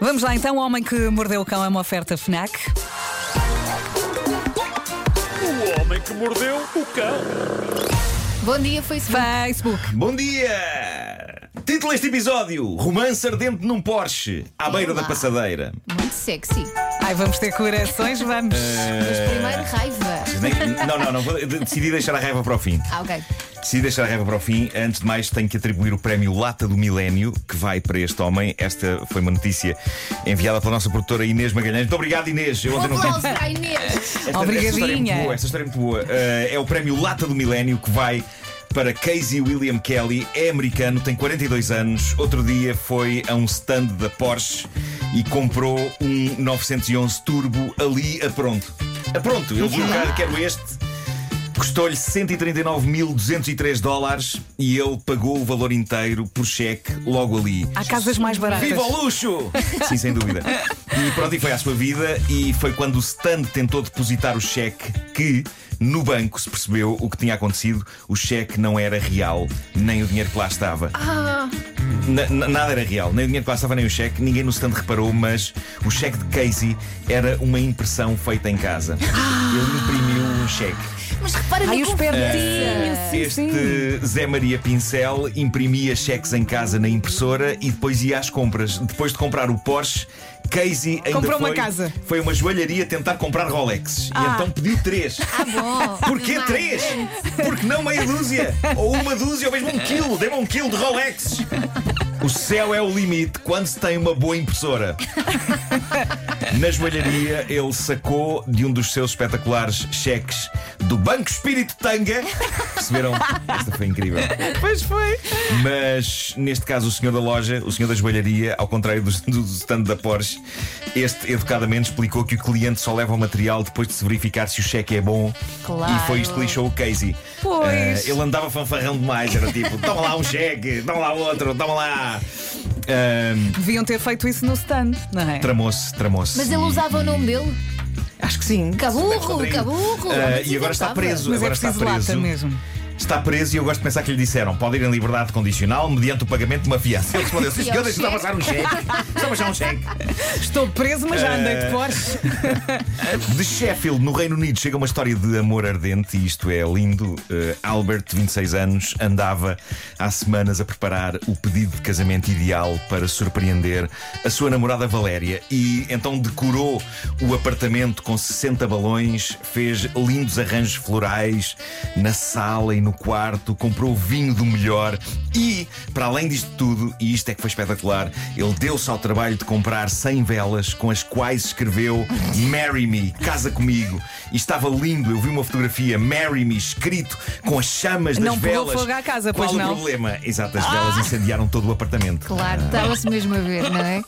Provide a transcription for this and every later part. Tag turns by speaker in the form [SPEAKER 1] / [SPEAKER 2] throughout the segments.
[SPEAKER 1] Vamos lá então, O Homem que Mordeu o Cão é uma oferta FNAC.
[SPEAKER 2] O homem que mordeu o cão.
[SPEAKER 3] Bom dia, Facebook.
[SPEAKER 1] Facebook.
[SPEAKER 4] Bom dia! Título deste episódio: Romance ardente num Porsche, à beira
[SPEAKER 3] Olá.
[SPEAKER 4] da passadeira.
[SPEAKER 3] Muito sexy.
[SPEAKER 1] Ai, vamos ter corações, vamos.
[SPEAKER 4] Eh, É.
[SPEAKER 3] Mas primeiro raiva.
[SPEAKER 4] Nem- Não, não, não, vou- de- decidi deixar a raiva para o fim.
[SPEAKER 3] Ah, ok.
[SPEAKER 4] Decidi deixar a raiva para o fim. Antes de mais, tenho que atribuir o prémio Lata do Milénio, que vai para este homem. Esta foi uma notícia enviada pela nossa produtora Inês Magalhães. Muito obrigado, Inês. Eu
[SPEAKER 3] Um
[SPEAKER 4] ontem não
[SPEAKER 3] aplauso para a Inês.
[SPEAKER 4] Esta, esta história é muito
[SPEAKER 1] Obrigadinha.
[SPEAKER 4] boa, esta história é muito boa. Eh, é o prémio Lata do Milénio que vai para Casey William Kelly. É americano, tem 42 anos. Outro dia foi a um stand da Porsche e comprou um 911 Turbo ali a pronto. A pronto, ele viu o carro, quero este. Custou-lhe 139.203 dólares e ele pagou o valor inteiro por cheque logo ali.
[SPEAKER 1] Há casas mais baratas.
[SPEAKER 4] Viva o luxo! Sim, sem dúvida. E pronto, e foi à sua vida. E foi quando o stand tentou depositar o cheque que, no banco, se percebeu o que tinha acontecido. O cheque não era real, nem o dinheiro que lá estava. Na- na- nada era real, nem o dinheiro que lá estava, nem o cheque. Ninguém no stand reparou, mas o cheque de Casey era uma impressão feita em casa. Ele imprimiu um cheque.
[SPEAKER 3] Mas repara
[SPEAKER 1] Ai,
[SPEAKER 3] na
[SPEAKER 1] os
[SPEAKER 3] confiança.
[SPEAKER 4] É.
[SPEAKER 1] pertinhos, sim, sim.
[SPEAKER 4] Eh, Este Zé Maria Pincel imprimia cheques em casa na impressora e depois ia às compras. Depois de comprar o Porsche, Casey ainda
[SPEAKER 1] Comprou
[SPEAKER 4] foi,
[SPEAKER 1] uma casa.
[SPEAKER 4] foi a uma joalharia tentar comprar Rolexes. E então pediu três.
[SPEAKER 3] Ah, bom.
[SPEAKER 4] Porquê
[SPEAKER 3] Não há-
[SPEAKER 4] três? Porque não meia dúzia? Ou uma dúzia, ou mesmo um quilo. Dê-me um quilo de Rolexes. O céu é o limite quando se tem uma boa impressora. Na joalharia, ele sacou de um dos seus espetaculares cheques do Banco Espírito Tanga. Perceberam? Esta foi incrível.
[SPEAKER 1] Pois foi.
[SPEAKER 4] Mas neste caso, o senhor da loja, o senhor da joalharia, ao contrário do, do stand da Porsche, este educadamente explicou que o cliente só leva o material depois de se verificar se o cheque é bom.
[SPEAKER 3] Claro.
[SPEAKER 4] E foi isto que lixou o Casey.
[SPEAKER 1] Pois.
[SPEAKER 4] Ah, ele andava fanfarrão demais, era tipo: toma lá um cheque, toma lá outro, toma lá. Ah,
[SPEAKER 1] Deviam ter feito isso no stand, não é?
[SPEAKER 4] tramou-se, tramou-se.
[SPEAKER 3] Mas ele usava o nome dele?
[SPEAKER 4] Acho que sim. Deve
[SPEAKER 3] Caburro,
[SPEAKER 4] contrair.
[SPEAKER 3] caburro.
[SPEAKER 4] Ah,
[SPEAKER 3] Mas
[SPEAKER 4] e agora está
[SPEAKER 3] inventava.
[SPEAKER 4] preso.
[SPEAKER 1] Mas é
[SPEAKER 4] agora está
[SPEAKER 1] preciso lata
[SPEAKER 4] preso.
[SPEAKER 1] mesmo.
[SPEAKER 4] Está preso e eu gosto de pensar que lhe disseram Pode ir em liberdade condicional mediante o pagamento de uma fiança Ele respondeu,
[SPEAKER 3] E
[SPEAKER 4] sim
[SPEAKER 3] é
[SPEAKER 4] senhor,
[SPEAKER 3] um
[SPEAKER 4] deixa-me passar um cheque Deixa-me passar um cheque
[SPEAKER 1] Estou preso, mas já andei
[SPEAKER 4] Eh,
[SPEAKER 1] de Porsche.
[SPEAKER 4] De Sheffield, no Reino Unido, chega uma história de amor ardente E isto é lindo Eh, Albert, de 26 anos, andava há semanas a preparar o pedido de casamento ideal Para surpreender a sua namorada Valéria E então decorou o apartamento com 60 balões Fez lindos arranjos florais na sala e no quarto, comprou vinho do melhor e, para além disto tudo, e isto é que foi espetacular, ele deu-se ao trabalho de comprar 100 velas com as quais escreveu Marry Me, casa comigo. E estava lindo, eu vi uma fotografia Marry Me escrito com as chamas das
[SPEAKER 1] Não pegou
[SPEAKER 4] velas.
[SPEAKER 1] fogo à casa,
[SPEAKER 4] Qual
[SPEAKER 1] pois não? Ah!
[SPEAKER 4] o problema? Exato, as velas incendiaram todo o apartamento.
[SPEAKER 3] Claro, estava-se mesmo a ver, não é?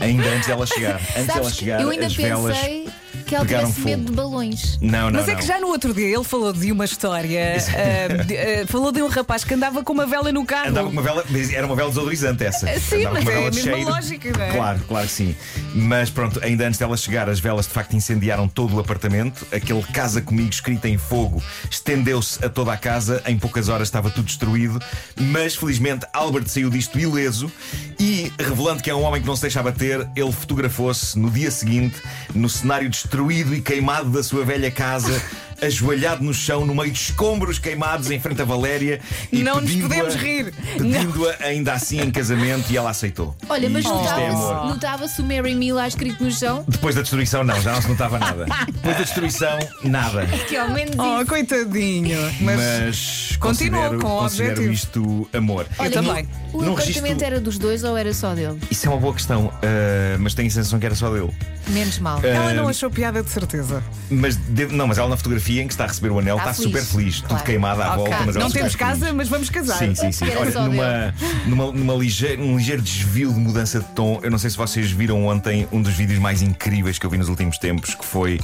[SPEAKER 4] Ainda antes dela chegar. Antes dela
[SPEAKER 3] Sabes, que
[SPEAKER 4] chegar,
[SPEAKER 3] eu ainda
[SPEAKER 4] as velas.
[SPEAKER 3] pensei que ele
[SPEAKER 4] pegaram
[SPEAKER 3] tivesse medo
[SPEAKER 4] fogo.
[SPEAKER 3] de balões.
[SPEAKER 4] Não, não,
[SPEAKER 1] Mas é
[SPEAKER 4] não.
[SPEAKER 1] que já no outro dia ele falou de uma história. ah, de- ah, falou de um rapaz que andava com uma vela no carro.
[SPEAKER 4] Andava com uma vela, mas era uma vela desodorizante essa.
[SPEAKER 1] Sim,
[SPEAKER 4] Andava
[SPEAKER 1] mas
[SPEAKER 4] com uma
[SPEAKER 1] é
[SPEAKER 4] vela
[SPEAKER 1] a
[SPEAKER 4] de
[SPEAKER 1] mesma
[SPEAKER 4] cheiro.
[SPEAKER 1] lógica, não é?
[SPEAKER 4] Claro, claro que sim. Mas pronto, ainda antes dela chegar, as velas de facto incendiaram todo o apartamento. Aquele casa comigo escrito em fogo estendeu-se a toda a casa. Em poucas horas estava tudo destruído. Mas felizmente Albert saiu disto ileso e, revelando que é um homem que não se deixa abater, ele fotografou-se no dia seguinte, no cenário destruído e queimado da sua velha casa. Ajoelhado no chão, no meio de escombros queimados, em frente a Valéria, e
[SPEAKER 1] Não nos
[SPEAKER 4] pedindo-a-
[SPEAKER 1] podemos rir.
[SPEAKER 4] Pedindo-a ainda assim em casamento e ela aceitou.
[SPEAKER 3] Olha, mas
[SPEAKER 4] E isto é
[SPEAKER 3] notava-se
[SPEAKER 4] amor.
[SPEAKER 3] notava-se o Mary Me lá escrito no chão.
[SPEAKER 4] Depois da destruição, não, já não se notava nada. Depois da destruição, nada.
[SPEAKER 3] Que ao menos
[SPEAKER 1] Oh,
[SPEAKER 3] isso.
[SPEAKER 1] coitadinho. Mas,
[SPEAKER 4] Mas
[SPEAKER 1] continuou
[SPEAKER 4] considero,
[SPEAKER 1] com o
[SPEAKER 4] considero
[SPEAKER 1] objetivo.
[SPEAKER 4] isto amor.
[SPEAKER 1] eu
[SPEAKER 3] Olha,
[SPEAKER 1] também.
[SPEAKER 3] O
[SPEAKER 4] Num
[SPEAKER 3] apartamento
[SPEAKER 4] registro-
[SPEAKER 3] era dos dois ou era só dele?
[SPEAKER 4] Isso é uma boa questão, ah, mas tenho a sensação que era só dele.
[SPEAKER 3] Menos mal.
[SPEAKER 4] É, eh,
[SPEAKER 1] ela não achou piada de certeza.
[SPEAKER 4] Mas devo- não, mas ela na fotografia em que está a receber o anel
[SPEAKER 3] Está
[SPEAKER 4] está,
[SPEAKER 3] feliz,
[SPEAKER 4] super feliz,
[SPEAKER 3] claro.
[SPEAKER 4] tudo queimado à
[SPEAKER 1] Ok.
[SPEAKER 4] volta. Mas ela
[SPEAKER 1] Não
[SPEAKER 4] super
[SPEAKER 1] temos
[SPEAKER 4] feliz.
[SPEAKER 1] casa, mas vamos casar.
[SPEAKER 4] Sim, sim, sim.
[SPEAKER 3] Era
[SPEAKER 4] Olha,
[SPEAKER 3] É só
[SPEAKER 4] numa, numa, numa ligeira, um ligeiro desvio de mudança de tom, eu não sei se vocês viram ontem um dos vídeos mais incríveis que eu vi nos últimos tempos, que foi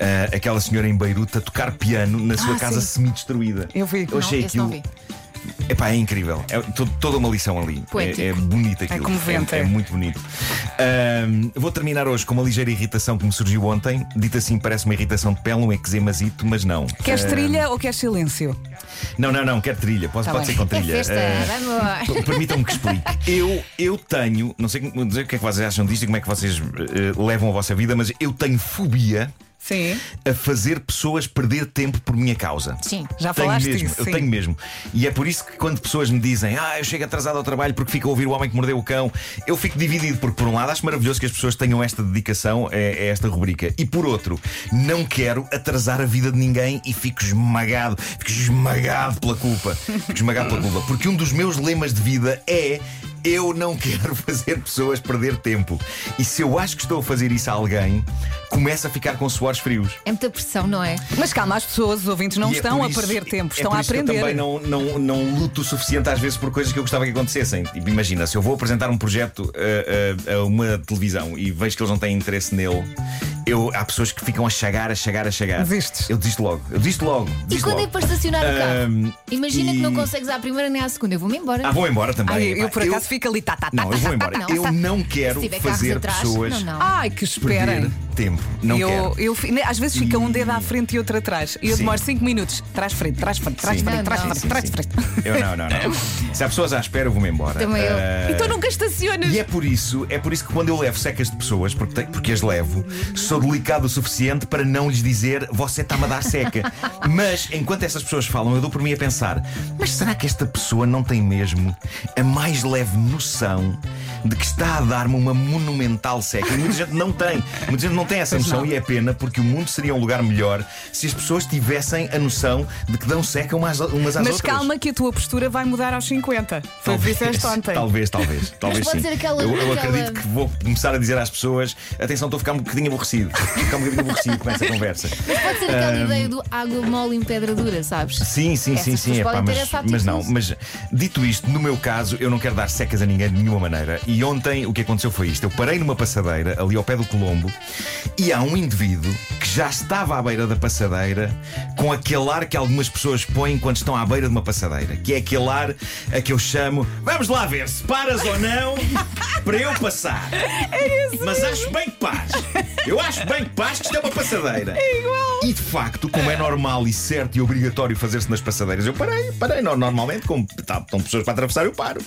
[SPEAKER 4] ah, aquela senhora em Beirute a tocar piano na sua
[SPEAKER 1] Ah,
[SPEAKER 4] casa
[SPEAKER 1] sim.
[SPEAKER 4] semi-destruída.
[SPEAKER 1] Eu vi.
[SPEAKER 4] Eu achei
[SPEAKER 3] Não, esse não
[SPEAKER 4] aquilo. Epá, é incrível. É to- toda uma lição ali.
[SPEAKER 3] Poético.
[SPEAKER 4] É, é bonito aquilo.
[SPEAKER 1] É comovente,
[SPEAKER 4] É,
[SPEAKER 1] é.
[SPEAKER 4] muito bonito. Ahm, vou terminar hoje com uma ligeira irritação que me surgiu ontem. Dito assim, parece uma irritação de pele, um eczemazito, mas não.
[SPEAKER 1] Queres
[SPEAKER 4] Ahm,
[SPEAKER 1] trilha ou queres silêncio?
[SPEAKER 4] Não, não, não, quero trilha. Pode,
[SPEAKER 1] Tá
[SPEAKER 4] pode
[SPEAKER 1] bem.
[SPEAKER 4] ser com
[SPEAKER 3] É
[SPEAKER 4] trilha.
[SPEAKER 3] festa,
[SPEAKER 4] Ah,
[SPEAKER 3] vamos.
[SPEAKER 4] P- Permitam-me que explique. Eu, eu tenho, não sei como dizer o que é que vocês acham disto e como é que vocês eh, levam a vossa vida, mas eu tenho fobia
[SPEAKER 1] Sim.
[SPEAKER 4] a fazer pessoas perder tempo por minha causa.
[SPEAKER 3] Sim.
[SPEAKER 1] Já
[SPEAKER 4] Tenho
[SPEAKER 1] falaste
[SPEAKER 4] mesmo,
[SPEAKER 1] disso.
[SPEAKER 4] eu
[SPEAKER 1] sim.
[SPEAKER 4] tenho mesmo. E é por isso que quando pessoas me dizem Ah, eu chego atrasado ao trabalho porque fico a ouvir o homem que mordeu o cão, eu fico dividido, porque por um lado acho maravilhoso que as pessoas tenham esta dedicação a, a esta rubrica. E por outro, não quero atrasar a vida de ninguém e fico esmagado, fico esmagado pela culpa. Fico esmagado pela culpa. Porque um dos meus lemas de vida é. Eu não quero fazer pessoas perder tempo. E se eu acho que estou a fazer isso a alguém, começo a ficar com suores frios.
[SPEAKER 3] É muita pressão, não é?
[SPEAKER 1] Mas calma, as pessoas, os ouvintes, não
[SPEAKER 4] E é
[SPEAKER 1] estão
[SPEAKER 4] por isso-
[SPEAKER 1] a perder tempo,
[SPEAKER 4] é
[SPEAKER 1] estão
[SPEAKER 4] por
[SPEAKER 1] a
[SPEAKER 4] isso que
[SPEAKER 1] aprender.
[SPEAKER 4] Eu também não, não, não luto o suficiente às vezes por coisas que eu gostava que acontecessem. Tipo, Imagina, se eu vou apresentar um projeto eh, a, a- a uma televisão e vejo que eles não têm interesse nele, eu, há pessoas que ficam a chegar, a chegar, a chegar.
[SPEAKER 1] Desistes.
[SPEAKER 4] Eu desisto logo, eu desisto logo.
[SPEAKER 3] E
[SPEAKER 4] desisto
[SPEAKER 3] quando
[SPEAKER 4] logo.
[SPEAKER 3] é para estacionar o carro?
[SPEAKER 4] Ahm,
[SPEAKER 3] Imagina
[SPEAKER 4] e-
[SPEAKER 3] que não consegues à primeira nem à segunda. Eu vou-me embora.
[SPEAKER 4] Ah, vou embora também.
[SPEAKER 1] Ai,
[SPEAKER 4] Epá,
[SPEAKER 1] eu por acaso fico ali, tá, tá, tá,
[SPEAKER 4] Não,
[SPEAKER 1] tá,
[SPEAKER 4] eu vou
[SPEAKER 1] tá, tá, tá.
[SPEAKER 4] embora.
[SPEAKER 3] não,
[SPEAKER 4] eu
[SPEAKER 3] tá.
[SPEAKER 4] não quero
[SPEAKER 3] Se tiver carros
[SPEAKER 4] fazer
[SPEAKER 3] atrás,
[SPEAKER 4] pessoas
[SPEAKER 3] não, não.
[SPEAKER 1] Ai, que
[SPEAKER 4] perder
[SPEAKER 1] esperem.
[SPEAKER 4] tempo. Não
[SPEAKER 1] eu,
[SPEAKER 4] quero. Hum.
[SPEAKER 1] eu fi- né, às vezes fica um dedo à frente e outro atrás. E eu
[SPEAKER 4] Sim.
[SPEAKER 1] demoro 5 minutos. Trás frente, trás frente, trás
[SPEAKER 4] Sim.
[SPEAKER 1] frente,
[SPEAKER 3] Não,
[SPEAKER 1] trás
[SPEAKER 3] não.
[SPEAKER 1] frente,
[SPEAKER 4] Sim,
[SPEAKER 1] trás
[SPEAKER 4] sim.
[SPEAKER 1] frente.
[SPEAKER 4] Eu não, não, não. Se há pessoas à espera, eu vou-me embora.
[SPEAKER 3] Também eu.
[SPEAKER 4] Ah,
[SPEAKER 1] E tu nunca estacionas.
[SPEAKER 4] E é por isso, é por isso que quando eu levo secas de pessoas, porque, te- porque as levo, sou delicado o suficiente para não lhes dizer você está-me a dar seca. Mas enquanto essas pessoas falam, eu dou por mim a pensar: mas será que esta pessoa não tem mesmo a mais leve noção de que está a dar-me uma monumental seca? E muita gente não tem. Muita gente não tem essa noção e é pena porque o mundo seria um lugar melhor se as pessoas tivessem a noção de que dão seca umas, umas às
[SPEAKER 1] Mas
[SPEAKER 4] outras.
[SPEAKER 1] calma que a tua postura vai mudar aos 50. Foi o que disseste ontem.
[SPEAKER 4] Talvez, talvez. talvez
[SPEAKER 3] pode
[SPEAKER 4] sim.
[SPEAKER 3] ser aquela-
[SPEAKER 4] eu, eu
[SPEAKER 3] aquela-
[SPEAKER 4] acredito que vou começar a dizer às pessoas: atenção, estou a ficar um bocadinho aborrecido. Estou a ficar um bocadinho aborrecido com essa conversa.
[SPEAKER 3] Pode ser aquela ideia do água mole em pedra dura, sabes?
[SPEAKER 4] Sim, sim,
[SPEAKER 3] Essas
[SPEAKER 4] sim, sim.
[SPEAKER 3] pessoas
[SPEAKER 4] epá,
[SPEAKER 3] podem ter
[SPEAKER 4] mas,
[SPEAKER 3] essa
[SPEAKER 4] mas
[SPEAKER 3] atitude.
[SPEAKER 4] não, mas dito isto, no meu caso, eu não quero dar secas a ninguém de nenhuma maneira. E ontem o que aconteceu foi isto: eu parei numa passadeira ali ao pé do Colombo e há um indivíduo que já estava à beira da passadeira com aquele ar que algumas pessoas põem quando estão à beira de uma passadeira, que é aquele ar a que eu chamo vamos lá ver se paras ou não para eu passar. Mas acho bem que paz. Eu acho bem que paz que isto é uma passadeira. É igual. E de facto, como é normal e certo e obrigatório fazer-se nas passadeiras, eu parei, parei. No- Normalmente, como tá, estão pessoas para atravessar, eu paro.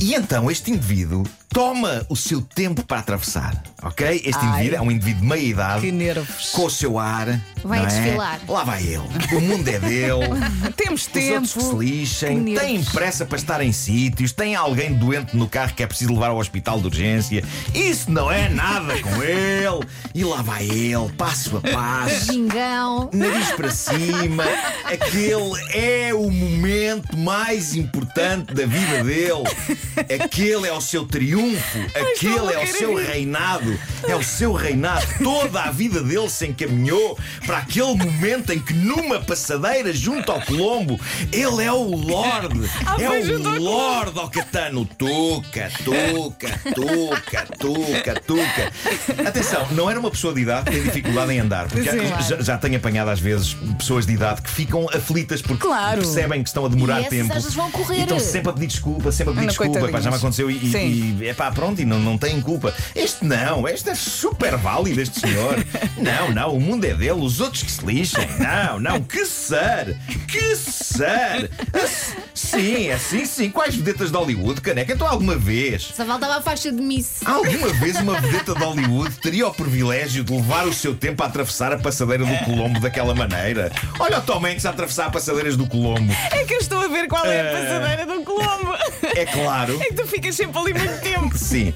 [SPEAKER 4] E então este indivíduo toma o seu tempo para atravessar, ok? Este
[SPEAKER 1] Ai.
[SPEAKER 4] indivíduo é um indivíduo de meia idade.
[SPEAKER 1] Que nervos.
[SPEAKER 4] Com o seu ar.
[SPEAKER 3] Vai
[SPEAKER 4] não é?
[SPEAKER 3] desfilar.
[SPEAKER 4] Lá vai ele. O mundo é dele.
[SPEAKER 1] Temos
[SPEAKER 4] Os
[SPEAKER 1] tempo.
[SPEAKER 4] outros que se lixem,
[SPEAKER 1] Que
[SPEAKER 4] têm
[SPEAKER 1] nervos.
[SPEAKER 4] pressa para estar em sítios, têm alguém doente no carro que é preciso levar ao hospital de urgência. Isso não é nada com ele. E lá vai ele, passo a passo.
[SPEAKER 3] Gingão.
[SPEAKER 4] Nariz para cima, aquele é o momento mais importante da vida dele. Aquele é o seu triunfo,
[SPEAKER 1] estou a
[SPEAKER 4] aquele é o
[SPEAKER 1] querer
[SPEAKER 4] seu
[SPEAKER 1] ir.
[SPEAKER 4] reinado, é o seu reinado. Toda a vida dele se encaminhou para aquele momento em que, numa passadeira junto ao Colombo, ele é o Lorde. é
[SPEAKER 1] Ah, foi junto ao
[SPEAKER 4] o Lorde ao Catano. Tuca, tuca, tuca, tuca, tuca. Atenção, não era uma pessoa de idade que tem dificuldade em andar, porque
[SPEAKER 1] Sim.
[SPEAKER 4] já, já tenho apanhado às vezes pessoas de idade que ficam aflitas porque
[SPEAKER 1] Claro.
[SPEAKER 4] percebem que estão a
[SPEAKER 3] E
[SPEAKER 4] demorar
[SPEAKER 3] essas
[SPEAKER 4] tempo.
[SPEAKER 3] às vezes vão correr.
[SPEAKER 4] E estão sempre a pedir desculpa, sempre a
[SPEAKER 1] Ana,
[SPEAKER 4] pedir desculpa. Pá, já me
[SPEAKER 1] coitadinhos.
[SPEAKER 4] aconteceu e, e-
[SPEAKER 1] Sim.
[SPEAKER 4] e é pá, pronto, e não, não tem culpa. Este não, este é super válido, este senhor. Não, não, o mundo é dele, os outros que se lixem. Não, não, que ser, que ser. Ass- Sim, é sim, sim. Quais vedetas de Hollywood, caneca? Então alguma vez.
[SPEAKER 3] Só faltava a faixa de Miss.
[SPEAKER 4] Alguma vez uma vedeta de Hollywood teria o privilégio de levar o seu tempo a atravessar a passadeira do Colombo daquela maneira? Olha o Tom Hanks a atravessar passadeiras do Colombo.
[SPEAKER 1] É que eu estou a ver qual
[SPEAKER 4] Eh.
[SPEAKER 1] é a passadeira do Colombo.
[SPEAKER 4] É claro.
[SPEAKER 1] É que tu ficas sempre ali muito tempo.
[SPEAKER 4] Sim,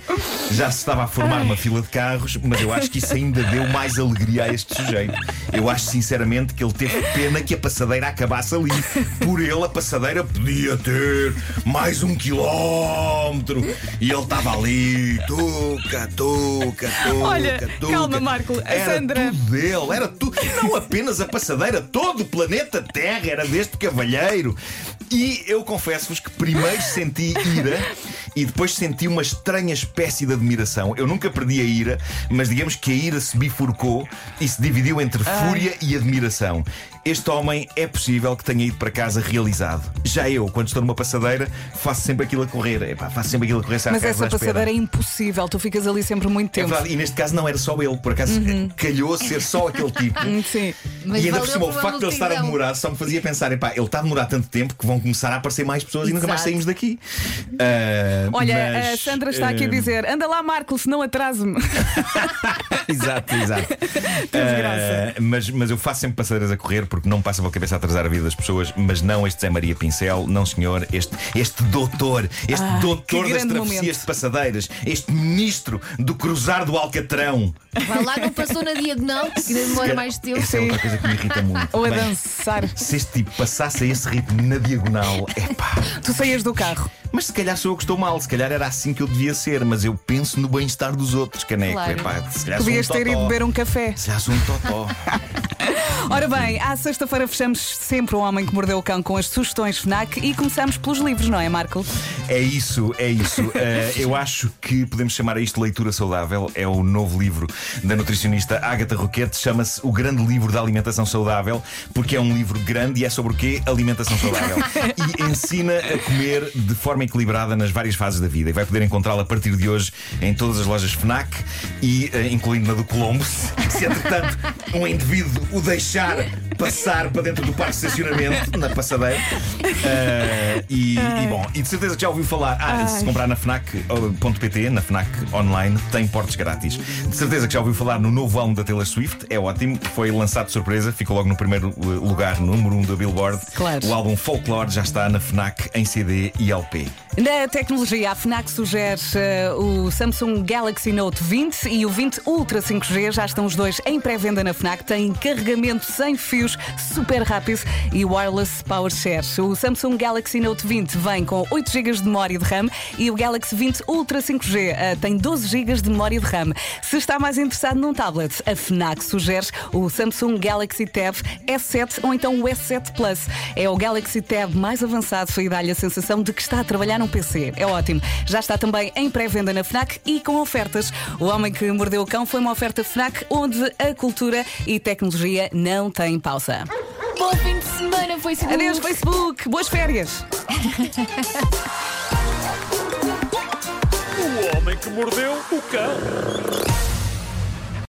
[SPEAKER 4] já se estava a formar uma fila de carros, mas eu acho que isso ainda deu mais alegria a este sujeito. Eu acho sinceramente que ele teve pena que a passadeira acabasse ali. Por ele, a passadeira podia ter mais um quilómetro e ele estava ali, tuca, tuca, tuca.
[SPEAKER 1] Olha,
[SPEAKER 4] tuca.
[SPEAKER 1] calma, Marco, a
[SPEAKER 4] era
[SPEAKER 1] Sandra-
[SPEAKER 4] Tudo dele, era tudo. Não apenas a passadeira, todo o planeta Terra era deste cavalheiro. E eu confesso-vos que primeiro senti ira e depois senti uma estranha espécie de admiração. Eu nunca perdi a ira, mas digamos que a ira se bifurcou e se dividiu entre fúria e admiração. Este homem é possível que tenha ido para casa realizado. Já eu, quando estou numa passadeira, faço sempre aquilo a correr. Epá, faço sempre aquilo a correr. sabe,
[SPEAKER 1] Mas
[SPEAKER 4] à
[SPEAKER 1] essa
[SPEAKER 4] espera.
[SPEAKER 1] passadeira é impossível, tu ficas ali sempre muito
[SPEAKER 4] É
[SPEAKER 1] tempo.
[SPEAKER 4] verdade, e neste caso não era só ele, por acaso
[SPEAKER 1] Uhum.
[SPEAKER 4] calhou ser só aquele tipo.
[SPEAKER 1] Sim.
[SPEAKER 3] Mas
[SPEAKER 4] e ainda
[SPEAKER 3] valeu
[SPEAKER 4] por cima, o
[SPEAKER 3] pela
[SPEAKER 4] facto de ele estar a
[SPEAKER 3] multidão.
[SPEAKER 4] demorar só me fazia pensar: epá, ele está a demorar tanto tempo que vão começar a aparecer mais pessoas e nunca mais
[SPEAKER 3] Exato.
[SPEAKER 4] saímos daqui. Ah,
[SPEAKER 1] Olha,
[SPEAKER 4] mas,
[SPEAKER 1] a Sandra está aqui a
[SPEAKER 4] ah,
[SPEAKER 1] dizer: anda lá, Marco, se não atraso-me.
[SPEAKER 4] exato, exato.
[SPEAKER 1] graça.
[SPEAKER 4] Ah, mas, mas eu faço sempre passadeiras a correr porque não me passa pela cabeça atrasar a vida das pessoas. Mas não este Zé Maria Pincel, não senhor, este, este doutor, este
[SPEAKER 1] Ah,
[SPEAKER 4] doutor
[SPEAKER 1] que
[SPEAKER 4] das
[SPEAKER 1] grande
[SPEAKER 4] travessias
[SPEAKER 1] momento.
[SPEAKER 4] de passadeiras, este ministro do cruzar do Alcatrão.
[SPEAKER 3] Vai lá, não passou na diagonal, que ainda demora mais tempo.
[SPEAKER 4] Essa é outra coisa que me irrita muito.
[SPEAKER 1] Ou a
[SPEAKER 4] Bem,
[SPEAKER 1] dançar.
[SPEAKER 4] Se este tipo passasse a esse ritmo na diagonal, epá.
[SPEAKER 1] Tu saías do carro.
[SPEAKER 4] Mas se calhar sou eu que estou mal, se calhar era assim que eu devia ser, mas eu penso no bem-estar dos outros, caneco.
[SPEAKER 3] Claro.
[SPEAKER 4] Epá, se calhar
[SPEAKER 1] Podias
[SPEAKER 4] sou um
[SPEAKER 1] ter ido
[SPEAKER 4] totó.
[SPEAKER 1] beber um café.
[SPEAKER 4] Se calhar sou um totó.
[SPEAKER 1] Ora bem, à sexta-feira fechamos sempre o Homem que Mordeu o Cão com as sugestões FNAC e começamos pelos livros, não é, Marco?
[SPEAKER 4] É isso, é isso. Eh, eu acho que podemos chamar a isto leitura saudável. É o novo livro da nutricionista Agatha Roquette. Chama-se O Grande Livro da Alimentação Saudável, porque é um livro grande e é sobre o quê? Alimentação saudável. e ensina a comer de forma equilibrada nas várias fases da vida. E vai poder encontrá-la a partir de hoje em todas as lojas FNAC e eh, incluindo na do Colombo. Se entretanto um indivíduo o deixar passar para dentro do parque de estacionamento, na passadeira. Eh, e, e, bom, e de certeza que já ouviu falar. Ah, se comprar na FNAC.pt, na FNAC online, tem portes grátis. De certeza que já ouviu falar no novo álbum da Taylor Swift, é ótimo. Foi lançado de surpresa, ficou logo no primeiro eh, lugar, no número 1 um da Billboard.
[SPEAKER 1] Claro.
[SPEAKER 4] O álbum Folklore já está na FNAC em CD e LP.
[SPEAKER 1] Na tecnologia, a FNAC sugere eh, o Samsung Galaxy Note 20 e o 20 Ultra 5G. Já estão os dois em pré-venda na FNAC. Têm carregamento sem fios, super rápido e wireless power share. O Samsung Galaxy Note 20 vem com 8 GB de memória de RAM e o Galaxy 20 Ultra 5G eh, tem 12 GB de memória de RAM. Se está mais interessado num tablet, a FNAC sugere o Samsung Galaxy Tab S7 ou então o S7 Plus. É o Galaxy Tab mais avançado e dá-lhe a sensação de que está a trabalhar num PC. É ótimo. Já está também em pré-venda na FNAC e com ofertas. O Homem que Mordeu o Cão foi uma oferta FNAC onde a cultura e tecnologia não têm pausa.
[SPEAKER 3] Bom fim de semana, foi seguro.
[SPEAKER 1] Adeus, Facebook! Boas férias!
[SPEAKER 2] O homem que mordeu o cão.